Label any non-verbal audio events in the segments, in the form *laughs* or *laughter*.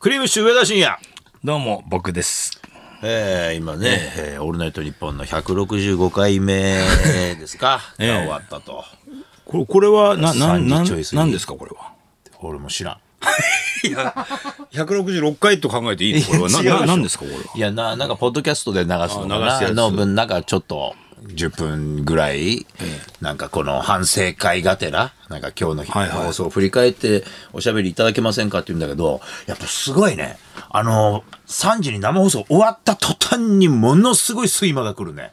クリームシチュー上田晋也。どうも、僕です。えー、今ね、えーオールナイトニッポンの165回目ですか、 *laughs* ええが終わったと。これ、これは、な、な、三な人んチョイス、になんですか、これは。俺も知らん。いや、166回と考えていいのこれは。な、な、ななんんでですすか、これは。いや、な、なんか、ポッドキャストで流すのかあ流なすやつの分、なんか、ちょっと、10分ぐらい、なんか、この反省会がてら、なんか、今日のはいはい放送を振り返って、おしゃべりいただけませんかって言うんだけど、やっぱ、すごいね。あの、3時に生放送終わった途端に、ものすごい睡魔が来 *laughs* るね。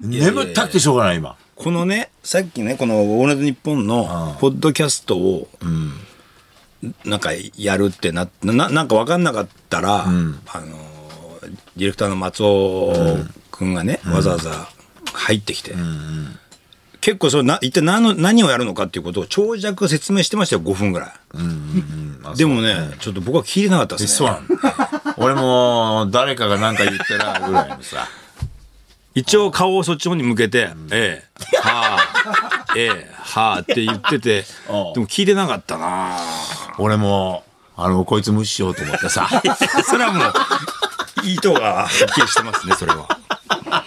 眠ったくてしょうがない、今。このね、さっきね、この、オールナイトニッポンの、ポッドキャストを、なんか、やるってな、な、なんかわかんなかったら、あのー、ディレクターの松尾くんがね、わざわざ入ってきて、結構それな、一体何の、何をやるのかっていうことを長尺説明してましたよ、5分ぐらい。でもね、ちょっと僕は聞いてなかったですね。なんだ。俺も、誰かが何か言ってら、ぐらいのさ。一応顔をそっちの方に向けて、ええ、はあ、ええ、はあって言って *laughs* て、うんでも聞いてなかったな俺も、あの、こいつ無視しようと思ってさ。 *laughs* それはもう、意図がはっきりしてますね、それは。 *laughs*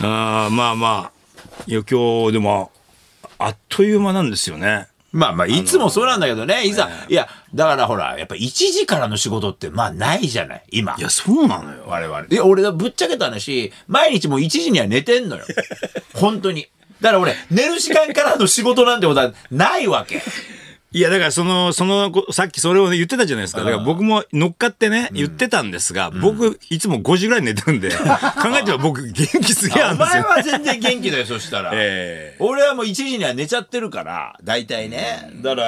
あーまあまあ、余興でも、あっという間なんですよね。まあまあ、いつもそうなんだけどね、いざ、いや、だからほら、やっぱ1時からの仕事って、まあないじゃない、今い。や、そうなのよ。我々。いや、俺はぶっちゃけた話、毎日もう1時には寝てん *laughs* のよ。本当に。だから俺、寝る時間からの仕事なんてことはないわけ。 *laughs* いや、だからその、その、こさっきそれをね、言ってたじゃないですか。だから僕も乗っかってね、言ってたんですが、僕、いつも5時ぐらいに寝てるんで、 *laughs* 考えては僕、元気すげえなおんです前よ。は全然元気だよ、そしたら。 *laughs* ええ俺はもう1時には寝ちゃってるから、大体ね。だか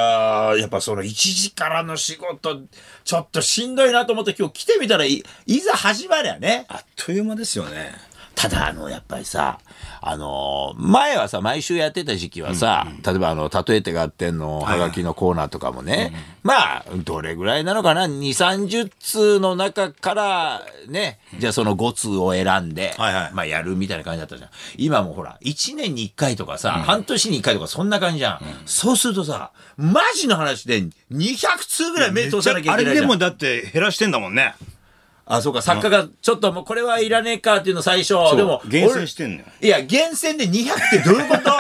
ら、やっぱその1時からの仕事、ちょっとしんどいなと思って今日来てみたらい、いざ始まりゃね。あっという間ですよね。ただ、あの、やっぱりさ、あの、前はさ、毎週やってた時期はさ、例えば、あの、例えてがってんの、はがきのコーナーとかもね、まあ、どれぐらいなのかな、2、30通の中から、ね、じゃあその5通を選んで、はいはいまあ、やるみたいな感じだったじゃん。今もほら、1年に1回とかさ、半年に1回とか、そんな感じじゃん,、そうするとさ、マジの話で200通ぐらい目通さなきゃいけないじゃん。あれでもだって減らしてんだもんね。あ、そうか、作家が、ちょっともうこれはいらねえかっていうの最初。でも、厳選してんのよ俺いや、厳選で200ってどういうこと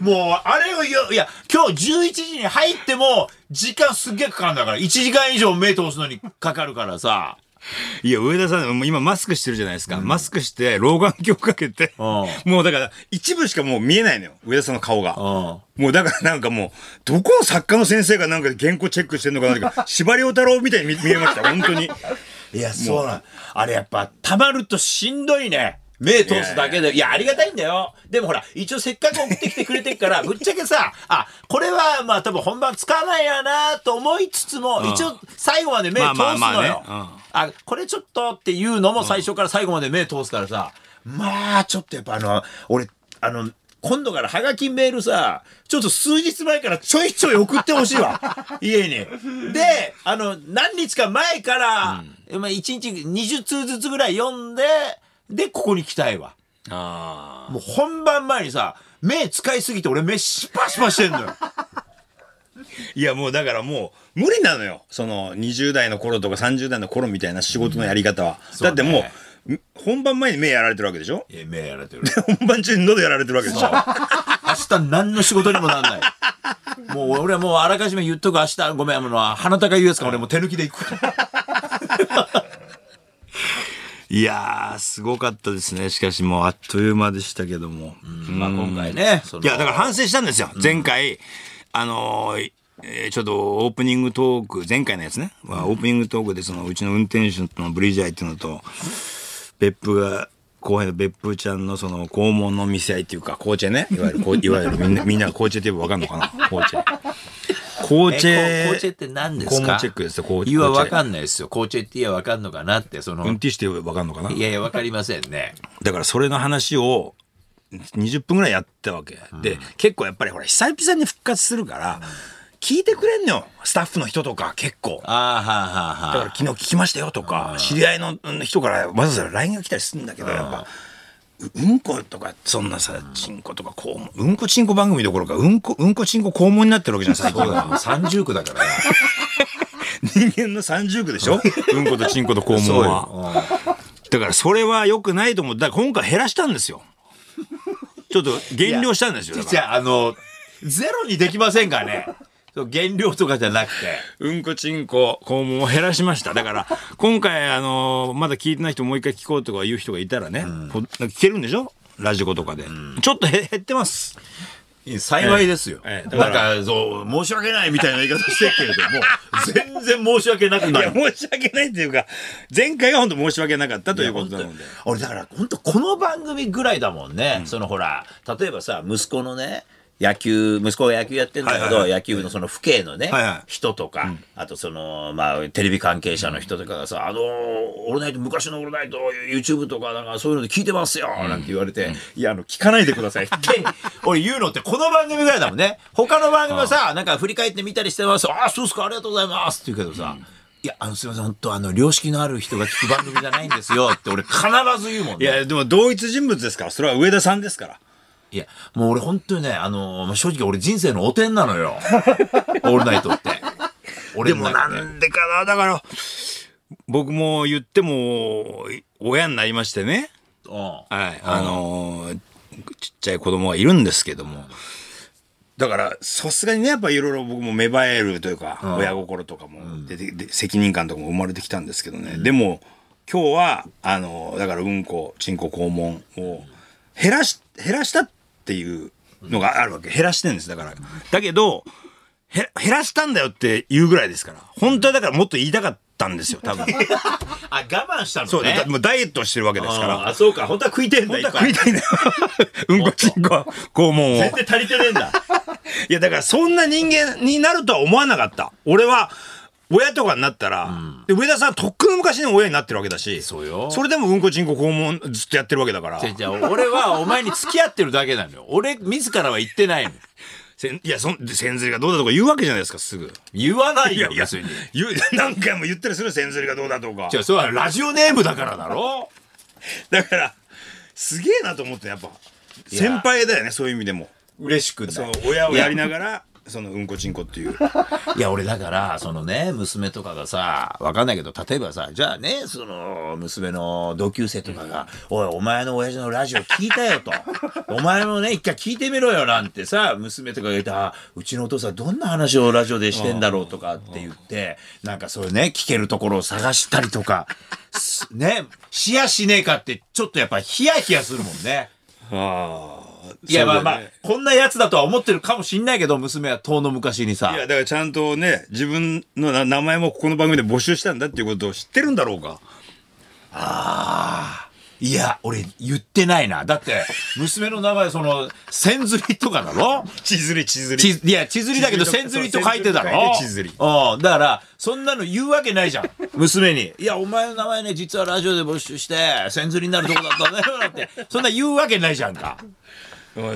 *laughs* もう、あれを言う、いや、今日11時に入っても、時間すっげえかかるんだから、1時間以上目通すのにかかるからさ。いや、上田さん、もう今マスクしてるじゃないですか。マスクして、老眼鏡かけて、もうだから、一部しかもう見えないのよ。上田さんの顔が。もうだからなんかもう、どこの作家の先生がなんか原稿チェックしてんのかなと *laughs* か、司馬遼太郎みたいに見見えました、本当に。いや、そうなん。あれやっぱ、溜まるとしんどいね。目通すだけで。いや、ありがたいんだよ。でもほら、一応せっかく送ってきてくれてる *laughs* から、ぶっちゃけさ、あ、これはまあ多分本番つかないやなと思いつつも、一応最後まで目通すまあまあまのあねよ。うんあ、これちょっとっていうのも最初から最後まで目通すからさ、まあ、ちょっとやっぱあの、俺、あの、今度からハガキメールさ、ちょっと数日前からちょいちょい送ってほしい *laughs* わ。家に。で、あの、何日か前から、まあ1日20通ずつぐらい読んで、で、ここに来たいわ。あもう本番前にさ、目使いすぎて俺目シパシパしてんの *laughs* よ。いや、もうだからもう、無理なのよ。その、20代の頃とか30代の頃みたいな仕事のやり方は。うねだってもう、本番前に目やられてるわけでしょえ、目やられてる。本番中に喉やられてるわけでしょ明日何の仕事にもなんない。もう俺はもうあらかじめ言っとく明日ごめん、あの、鼻高いやつから俺もう手抜きで行くから。 *laughs* いやー、すごかったですね。しかしもうあっという間でしたけども。まあ今回ね。いや、だから反省したんですよ。前回、あのーえーちょっとオープニングトーク、前回のやつね。はオープニングトークで、そのうちの運転手のブリジャイっていうのと、別府が、後輩の別府ちゃんのその肛門の見せ合いっていうか、紅茶ね。いわゆるこう、いわゆるみんな、みんなが紅茶って言えばわかんのかな紅 *laughs* 茶。紅茶。えこ紅茶って何ですか肛門チェックですよ紅いや、わ紅茶かんないですよ。紅茶って言えばわかんのかなって、その、運転手って言えばわかんのかないやいや、わかりませんね。だからそれの話を20分ぐらいやったわけ、で結構やっぱりほら久々に復活するから、聞いてくれんのよスタッフの人とか結構ああ、はあはだあかはらあ。昨日聞きましたよとか、知り合いのうん人からわざわざ LINE が来たりするんだけど、やっぱ、ううんことか、そんなさ、チンコとか肛門、うんこチンコ番 *laughs* 組どころか、うんこ、うんこチンコ肛門になってるわけじゃん、最近は。三重苦だからね。人間の三重苦でしょうんことちんこと肛門は。だからそれは良くないと思って、だから今回減らしたんです *laughs* よ。ちょっと減量したんですよ。だかじらゃあ、あの、ゼロにできませんかね。そう減量とかじゃなくて。うんこちんこ肛門を減らしました。だから、 *laughs* 今回、あのーまだ聞いてない人もう一回聞こうとか言う人がいたらね、ほなんか聞けるんでしょラジコとかで。ちょっとへ減ってます。幸いですよ。ええええだなかんらか、そう、申し訳ないみたいな言い方してるけれども、全然申し訳なくいなや、い。申し訳ないっていうか、前回が本当申し訳なかったということなので。俺だから本当この番組ぐらいだもんね、そのほら例えばさ息子のね野球息子が野球やってんだけど、はいはいは野球のその父兄のね、はいはい人とか、あとそのまあテレビ関係者の人とかがさ「あのーオールナイト昔のオールナイト YouTube とかなんかそういうので聞いてますよ」なんて言われて「いやあの聞かないでく *laughs* ださい」って俺言うのってこの番組ぐらいだもんね他の番組はさなんか振り返ってみたりしてます「ああそうっすかありがとうございます」って言うけどさ、いや、あの、すみません、本当あの、良識のある人が聞く番組じゃないんです *laughs* よって、俺必ず言うもんいね。や、でも同一人物ですから、それは上田さんですから。いや、もう俺本当にね、あのー正直俺人生の汚点な *laughs* のよ。オールナイトって。俺でのも中なでんでかな、だから、僕も言っても、親になりましてね。うはい。あのーちっちゃい子供がいるんですけども。だから、さすがにね、やっぱいろいろ僕も芽生えるというか、親心とかも出て、で責任感とかも生まれてきたんですけどね。でも、今日は、あのーだから、うんこ、ちんこ、肛門を減らし、減らしたっていうのがあるわけ。減らしてるんです、だから。だけど、へ減らしたんだよって言うぐらいですから。本当はだからもっと言いたかったんですよ、 *laughs* 多分。あ、我慢したのね。そう、だもうダイエットしてるわけですからあ。あ、そうか。本当は食いてんだ、本当は食いいっぱいたいんだよ。うんこちんこ、肛門を。全然足りてねえん *laughs* だ。いや、だからそんな人間になるとは思わなかった。俺は、親とかになったら、で上田さんはとっくの昔に親になってるわけだし、そうよそれでもうんこちんこ肛門ずっとやってるわけだから。じゃ俺はお前に付き合ってるだけなのよ。俺自らは言ってないの。せんいや、そん、千鶴がどうだとか言うわけじゃないですか、すぐ。言わないよ、や別に。、言う *laughs* 何回も言ったりする、千鶴がどうだとかじ。ゃあ、それはラジオネームだからだろ。だから、すげえなと思って、やっぱ。や先輩だよね、そういう意味でも。嬉しくないその親をやりながら、そのうんこちんこって *laughs* いう。いや、俺だから、そのね、娘とかがさ、わかんないけど、例えばさ、じゃあね、その、娘の同級生とかが、おい、お前の親父のラジオ聞いたよと。 *laughs* お前もね、一回聞いてみろよなんてさ、娘とかが言って、あうちのお父さんどんな話をラジオでしてんだろうとかって言って、なんかそういうね、聞けるところを探したりとか、すね、しやしねえかって、ちょっとやっぱヒヤヒヤするもんね。ああ。いや、そうまだあねまあ、こんなやつだとは思ってるかもしんないけど、娘は遠の昔にさい。や、だからちゃんとね、自分のな名前もここの番組で募集したんだっていうことを知ってるんだろうか。ああ。いや、俺言ってないな。だって、娘の名前、その、千釣りとかだろ地ずり、地ずり。ちいや、千釣りだけど、千千釣鶴りとと書いてたろ千鶴と書いて千鶴うん。だから、そんなの言うわけないじゃん。娘に。いや、お前の名前ね、実はラジオで募集して、千釣りになるとこだったんだよ、なんて。そんな言うわけないじゃんか。うん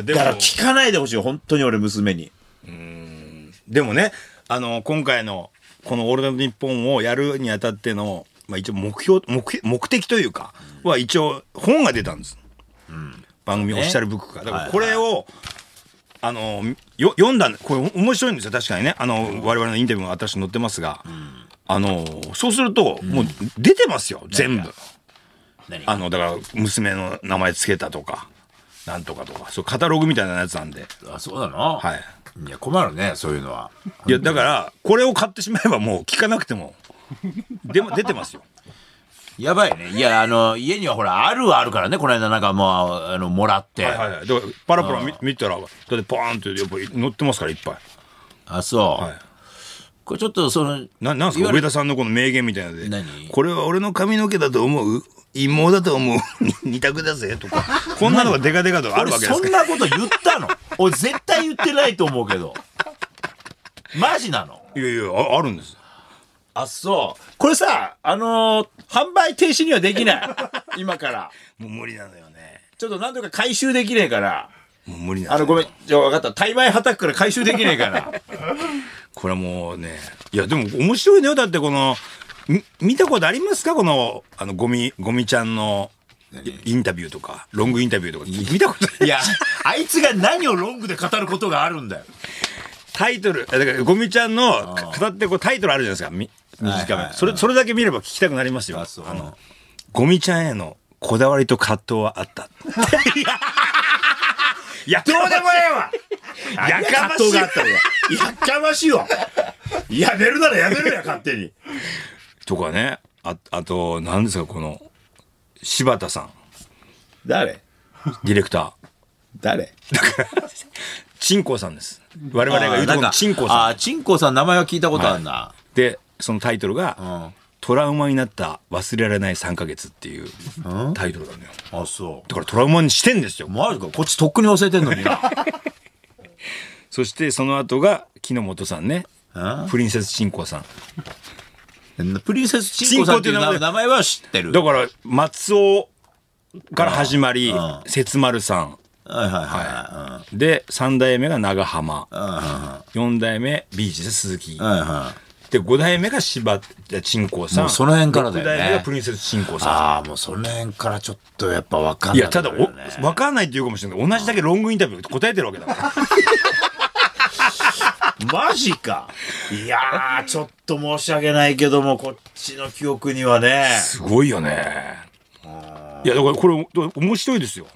でだもから、聞かないでほしい。本当に俺、娘に。でもね、あの、今回の、このオールナイトニッポンをやるにあたっての、まあ一応目標、目目的というか、は一応本が出たんです。番組オフィシャルブックが。だからこれを、あの、よ読んだんで、これ面白いんですよ、確かにね。あの、我々のインタビューも私載ってますが、あの、そうすると、もう出てますよ、全部。何あの、だから、娘の名前つけたとか、なんとかとか、そう、カタログみたいなやつなんで。あ、そうなのはい。いや、困るね、そういうのは。いや、だから、これを買ってしまえばもう聞かなくても、でも、出て *laughs* ますよ。やばいね。いや、あの、家にはほら、あるはあるからね。この間なんかもう、あの、もらって。はいはいはい。だから、パラパラ見見たら、だってポーンって、やっぱり乗ってますから、いっぱい。あ、そう。はいこれちょっとその、ななんすいわかゆる上田さんのこの名言みたいなので何これは俺の髪の毛だと思う陰謀だと思う *laughs* 二択だぜ」とかこんなのがデカデカとあるわけです俺そからんなこと言ったの *laughs* 俺絶対言ってないと思うけど。マジなのいやいやああるんですあ、そう。これさ、あのー販売停止にはできない。 *laughs* 今から。もう無理なのよねちょっとなんとか回収できねえから。もう無理なあのの、ごめん。じゃあ分かった。大枚はたくから回収できねえ *laughs* から。これもうねいやでも面白いのよだってこのみ見たことありますかこのあのゴミゴミちゃんのインタビューとかロングインタビューとか見たことないいや、あいつが何をロングで語ることがあるんだよ。タイトル、あだから、ゴミちゃんの語ってこうタイトルあるじゃないですか、み短め、はいはいはいそれ、それだけ見れば聞きたくなりますよ。ああそうの、ゴミちゃんへのこだわりと葛藤はあった。いや、どうでもええわややかかままししいいがあったんだよやかましいわやめるならやめろや勝手にとかね、ああと、何ですか、この、柴田さん、誰ディレクター。誰チンコさんです。我々が言うとこのチンコさん。あチンコさん名前は聞いたことあるな、で、そのタイトルが、トラウマになった忘れられない3ヶ月っていうタイトルなんだよ。あそだからトラウマにしてんですよう。マジかこっちとっくに忘れてんのになそしてその後が木之本さんね *laughs* あ。プリンセスチンコさん。プリンセスチンコさんっていうチンコっていう名前名前は知ってるだから松尾から始まりうん、節丸さん。はいはいはい、で、3代目が長浜。うんは4代目ビーチです鈴木い。はで、5代目が柴田チンコさ。もうんその辺からだよね6代目がプリンセスチンコさん。ああもうその辺からちょっとやっぱ分かんないいや、ただ、ねお、わかんないって言うかもしれないけど。同じだけロングインタビュー答えてるわけだから。マジかいやーちょっと申し訳ないけどもこっちの記憶にはねすごいよね。いや、だからこれ、ど面白いですよ。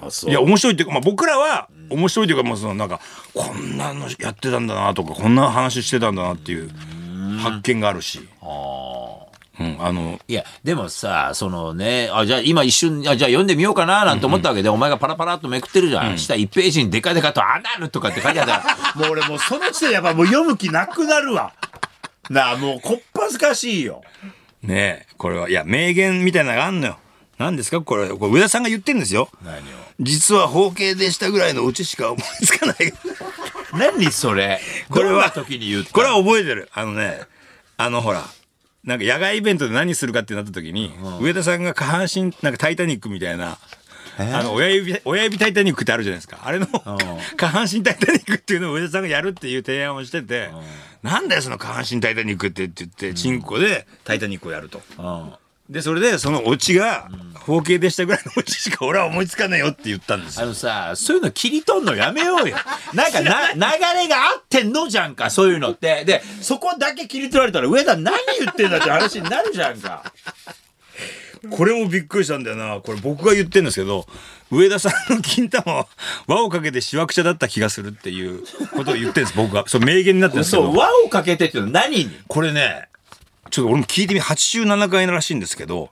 あそういや、面白いっていうか、まあ僕らは面白いというか、まあそのなんか、こんなのやってたんだなとか、こんな話してたんだなっていう発見があるし。うん、あの、いや、でもさ、そのね、あ、じゃあ今一瞬、あじゃあ読んでみようかな、なんて思ったわけで、お前がパラパラっとめくってるじゃん。下1ページにデカデカとアナルとかって書いてあったら、もう俺もうその時点でやっぱもう読む気なくなるわ。なあ、もうこっぱずかしいよ。ねえ、これは、いや、名言みたいなのがあんのよ。何ですかこれ、これ上田さんが言ってんですよ。何を。実は包茎でしたぐらいのうちしか思いつかない。何それ。これどんなは、時に言ったこれは覚えてる。あのね、あのほら、なんか野外イベントで何するかってなった時に、上田さんが下半身、なんかタイタニックみたいな、あの親指、親指タイタニックってあるじゃないですか。あれの、下半身タイタニックっていうのを上田さんがやるっていう提案をしてて、なんだよその下半身タイタニックってって言って、チンコでタイタニックをやると。うん。で、それでそのオチが、包茎でしたぐらいのオチしか俺は思いつかないよって言ったんですよあのさ、そういうの切り取んのやめようよ。なんかな、流れが合ってんのじゃんか、そういうのって。で、そこだけ切り取られたら、上田何言ってんだって話になるじゃん *laughs* か。これもびっくりしたんだよな。これ僕が言ってんですけど、上田さんの金玉は輪をかけてしわくちゃだった気がするっていうことを言ってんです、僕が。そう、名言になってるんですけそう、ど。輪をかけてっていうのは何にこれね、ちょっと俺も聞いてみ、87回らしいんですけど、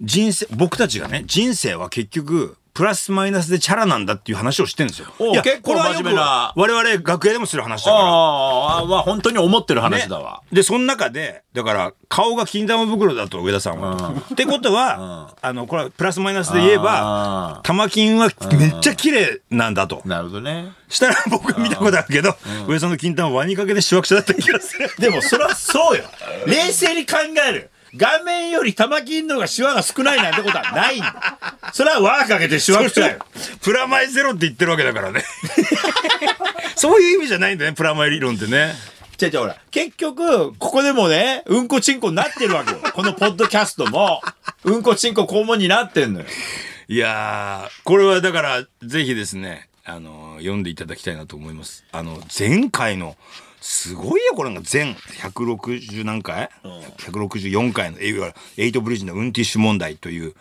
人生、僕たちがね、人生は結局、プラスマイナスでチャラなんだっていう話をしてんですよ。おいや結構これはよく真面目な我々楽屋でもする話だから。ああ、まあ本当に思ってる話だわ。で、その中で、だから、顔が金玉袋だと、上田さんは。ってことは、あの、これはプラスマイナスで言えあーば、玉金はめっちゃ綺麗なんだと。なるほどね。したら僕が見たことあるけど、上田さんの金玉は輪にかけてしわくちゃだった気がする。でもそりゃそう *laughs* よ。冷静に考える。画面より玉金の方がシワが少ないなんてことはないんだ。それは輪かけてシワくちゃ *laughs* よ。プラマイゼロって言ってるわけだからね。そういう意味じゃないんだね、プラマイ理論ってね。違う違うほら。結局、ここでもね、うんこちんこになってるわけよ。このポッドキャストも、うんこちんこ肛門になってんのよ。いやー、これはだから、ぜひですね、あのー、読んでいただきたいなと思います。あの、前回の、すごいよ、これが全160何回、?164 回の、いわゆるエイトブリッジの運転手問題という、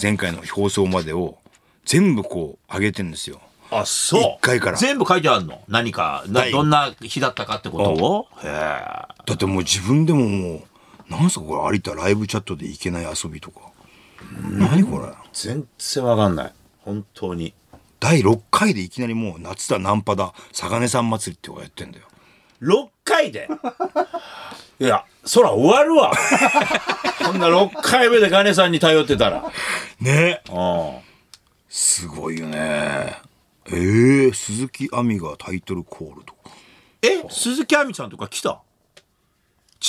前回の放送までを、全部こう、上げてんですよ。あ、そう一回から全部書いてあるの何か、なはいどんな日だったかってことをへえ。だってもう自分でももう、なんすかこれ、有田ライブチャットでいけない遊びとか。何これ全然わかんない。本当に。第6回でいきなりもう、夏だ、ナンパだ、坂根さん祭りっていうのがやってんだよ。 6回でいやそら終わる *laughs* わこんな6回目でガネさんに頼ってたらねうんすごいよね。ええ鈴木亜美がタイトルコールとか。 *laughs* え鈴木亜美ちゃんとか来た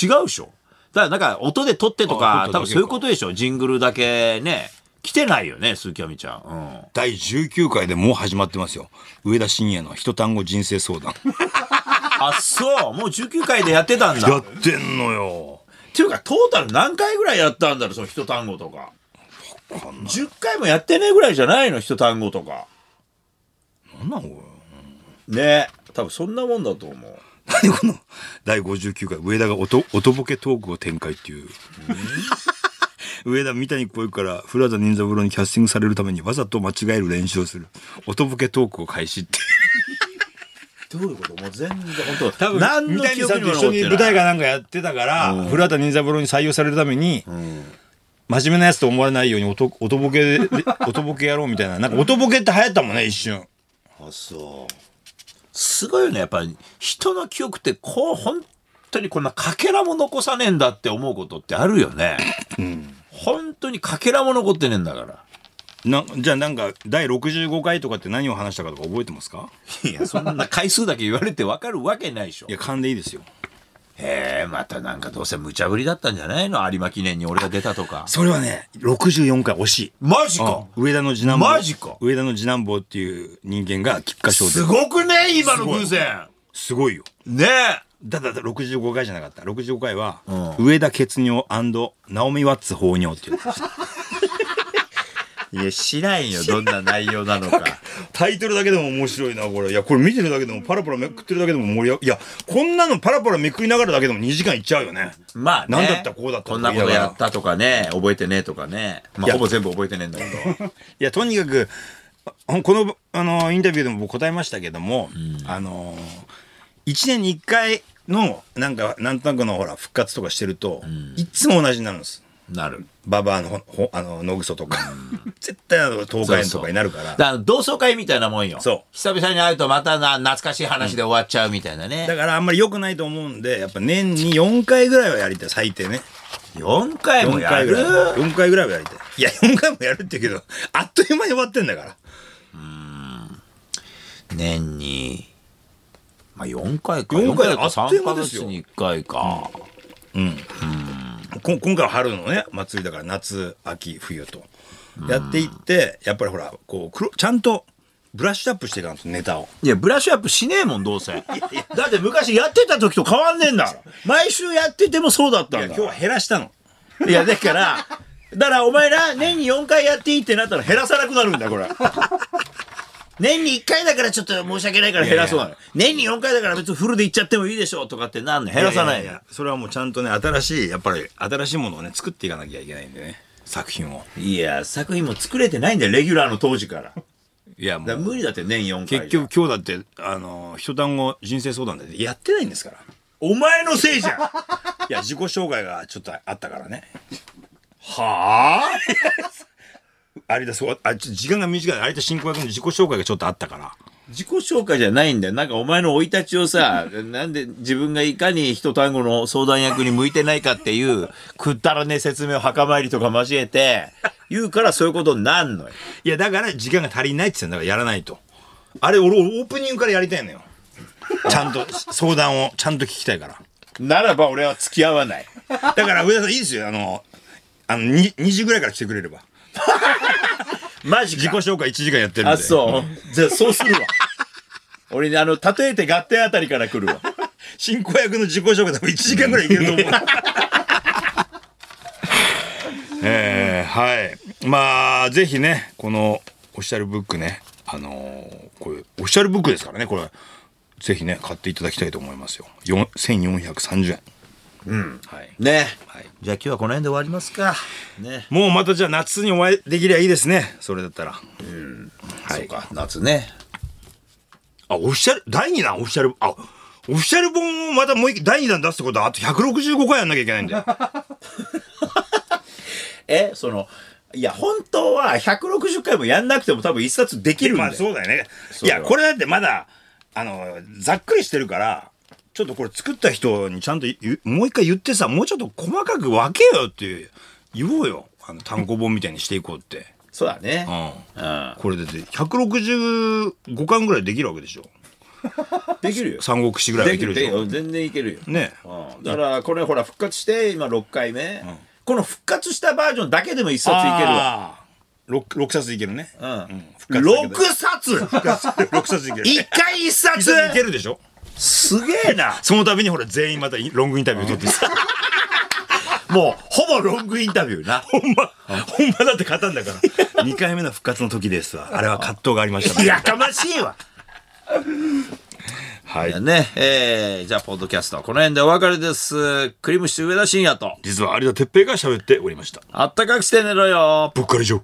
違うでしょだからなんか音で撮ってとかあ撮っただけか多分そういうことでしょジングルだけね来てないよね鈴木亜美ちゃん、うん、第19回でもう始まってますよ。上田晋也の一単語人生相談。あそうもう19回でやってたんだやっってんのよ。ていうかトータル何回ぐらいやったんだろうその一単語とかかんな10回もやってねえぐらいじゃないの一単語とかなんなんこれ。ね多分そんなもんだと思う。何この第59回上田がおとおとぼけトークを展開っていう *laughs* 上田三谷っぽいから古田任三郎にキャスティングされるためにわざと間違える練習をするおとぼけトークを開始ってどういうこともう全然本当多分何三の谷記さ憶んにと一も緒残っにて舞な台い。がなんかやってたから、古畑任三郎に採用されるために、真面目なやつと思われないようにおとおとぼけで *laughs* おとぼけやろうみたいななんかおとぼけって流行ったもんね一瞬あそう。すごいよねやっぱり人の記憶ってこう本当にこんなかけらも残さねえんだって思うことってあるよね。本当にかけらも残ってねえんだから。なじゃあなんか第65回とかって何を話したかとか覚えてますかいやそんな回数だけ言われてわかるわけないでしょい。や勘でいいですよへえまたなんかどうせ無茶ぶりだったんじゃないの有馬記念に俺が出たとか。それはね64回惜しいマジか、うん上田の次男坊マジか上田の次男坊っていう人間が菊花賞すですごくね今の偶然。すごいよねだだだ65回じゃなかった65回は、う上田血尿ナオミ・ワッツ放尿っていうえ。いや知らんよどんな内容なのか。 *laughs* タイトルだけでも面白いなこれいやこれ見てるだけでもパラパラめくってるだけでも盛り上がいやこんなのパラパラめくりながらだけでも2時間いっちゃうよねまあね。なんだったこうだったこんなことやったとかね、覚えてねえとかね。まいやあ、ほぼ全部覚えてねえん *laughs* だけど。 *laughs* いやとにかくあこのあのインタビューでも僕答えましたけども、あの1年に1回のなんかなんとなくのほら復活とかしてると、いつも同じになるんですなる。ババアのほほあの野草とか、絶対あの東海園とかになるからだから同窓会みたいなもんよ。そう久々に会うとまたな、懐かしい話で終わっちゃうみたいなね。だからあんまり良くないと思うんでやっぱ年に4回ぐらいはやりたい最低ね4回も4や回ぐるらい4回ぐらいはやりたいいや4回もやるって言うけどあっという間に終わってんだから年に。まあ、4回か。 4回四か。あっという3間ヶですよ月に1回か。こ今回は春のね祭りだから夏秋冬とやっていってやっぱりほらこう黒ちゃんとブラッシュアップしていかんとネタをいや、ブラッシュアップしねえもん、どうせ。だって昔やってた時と変わんねえんだから。毎週やっててもそうだったいんやだ今から日は減らしたのいや、だから、だからお前ら、年に4回やっていいってなったら減らさなくなるんだ、これ。年に1回だからちょっと申し訳ないから減らそうなの。年に4回だから別にフルでいっちゃってもいいでしょうとかってなんの減らさなやいのやそれはもうちゃんとね新しいやっぱり新しいものをね作っていかなきゃいけないんでね作品をいや、作品も作れてないんだよ、レギュラーの当時から。だかいやもらう無理だって、年4回じゃ結局、今日だってあの一単語人生相談でやってないんですからお前のせいじゃんいや自己紹介がちょっとあったからねはああれだそうあちょ時間が短いあれだ新婚君の自己紹介がちょっとあったから自己紹介じゃないんだよ。なんかお前の生い立ち *laughs* をさ、なんで自分がいかに一単語の相談役に向いてないかっていう、くったらねえ説明を墓参りとか交えて、言うからそういうことになんのよ。いやだから時間が足りないって言ってんだからやらないとあれ俺オープニングからやりたいのよちゃんと相談をちゃんと聞きたいからならば俺は付き合わない。だから上田さんいいですよあのあの 2, 2時ぐらいから来てくれればマジ自己か。紹介1時間やってるんであ、そう。じゃあそうするわ。俺ね、あの、例えて合点あたりから来るわ。進行役の自己紹介多分1時間ぐらいいけると思うえー、はいまあぜひねこのオフィシャルブックねあのーこれオフィシャルブックですからねこれぜひね買っていただきたいと思いますよよん1430円うんはいね。はいじゃあ今日はこの辺で終わりますか。ね。もうまたじゃあ夏にお会いできりゃいいですねそれだったらはいそうか、夏ね。あオフィシャル第2弾オフィシャルあオフィシャル本をまたもう一第2弾出すってことはあと165回やんなきゃいけないん *laughs* だよえ、その、いや、本当は160回もやんなくても多分一冊できるんまだあよ。そうだよねいそうだやこれだってまだあのざっくりしてるからちょっとこれ作った人にちゃんと言うもう一回言ってさもうちょっと細かく分けようっていう言おうよあの単行本みたいにしていこうってそうだねう。んうん。これだって165巻ぐらいできるわけでしょできる *laughs* よ。三国志ぐらいはででききるるでしょよ。全然いけるよ。ねうんだから、これほら、復活して、今6回目。この復活したバージョンだけでも一冊いけるわ。わ 6, 六冊いけるねうん。6冊6冊いける一回一冊いけるでしょすげえなその度にほら全員またロングインタビュー取ってさ、 *laughs* もうほぼロングインタビューなほんま、ほんまだって勝ったんだから。2回目の復活の時ですわ。あれは葛藤がありましたね。 *laughs* やかましいわはいじゃあね、えー、じゃあ、ポッドキャストはこの辺でお別れです。クリームシチュー上田晋也と、実は有田哲平が喋っておりました。あったかくして寝ろよ。ぽっかり上。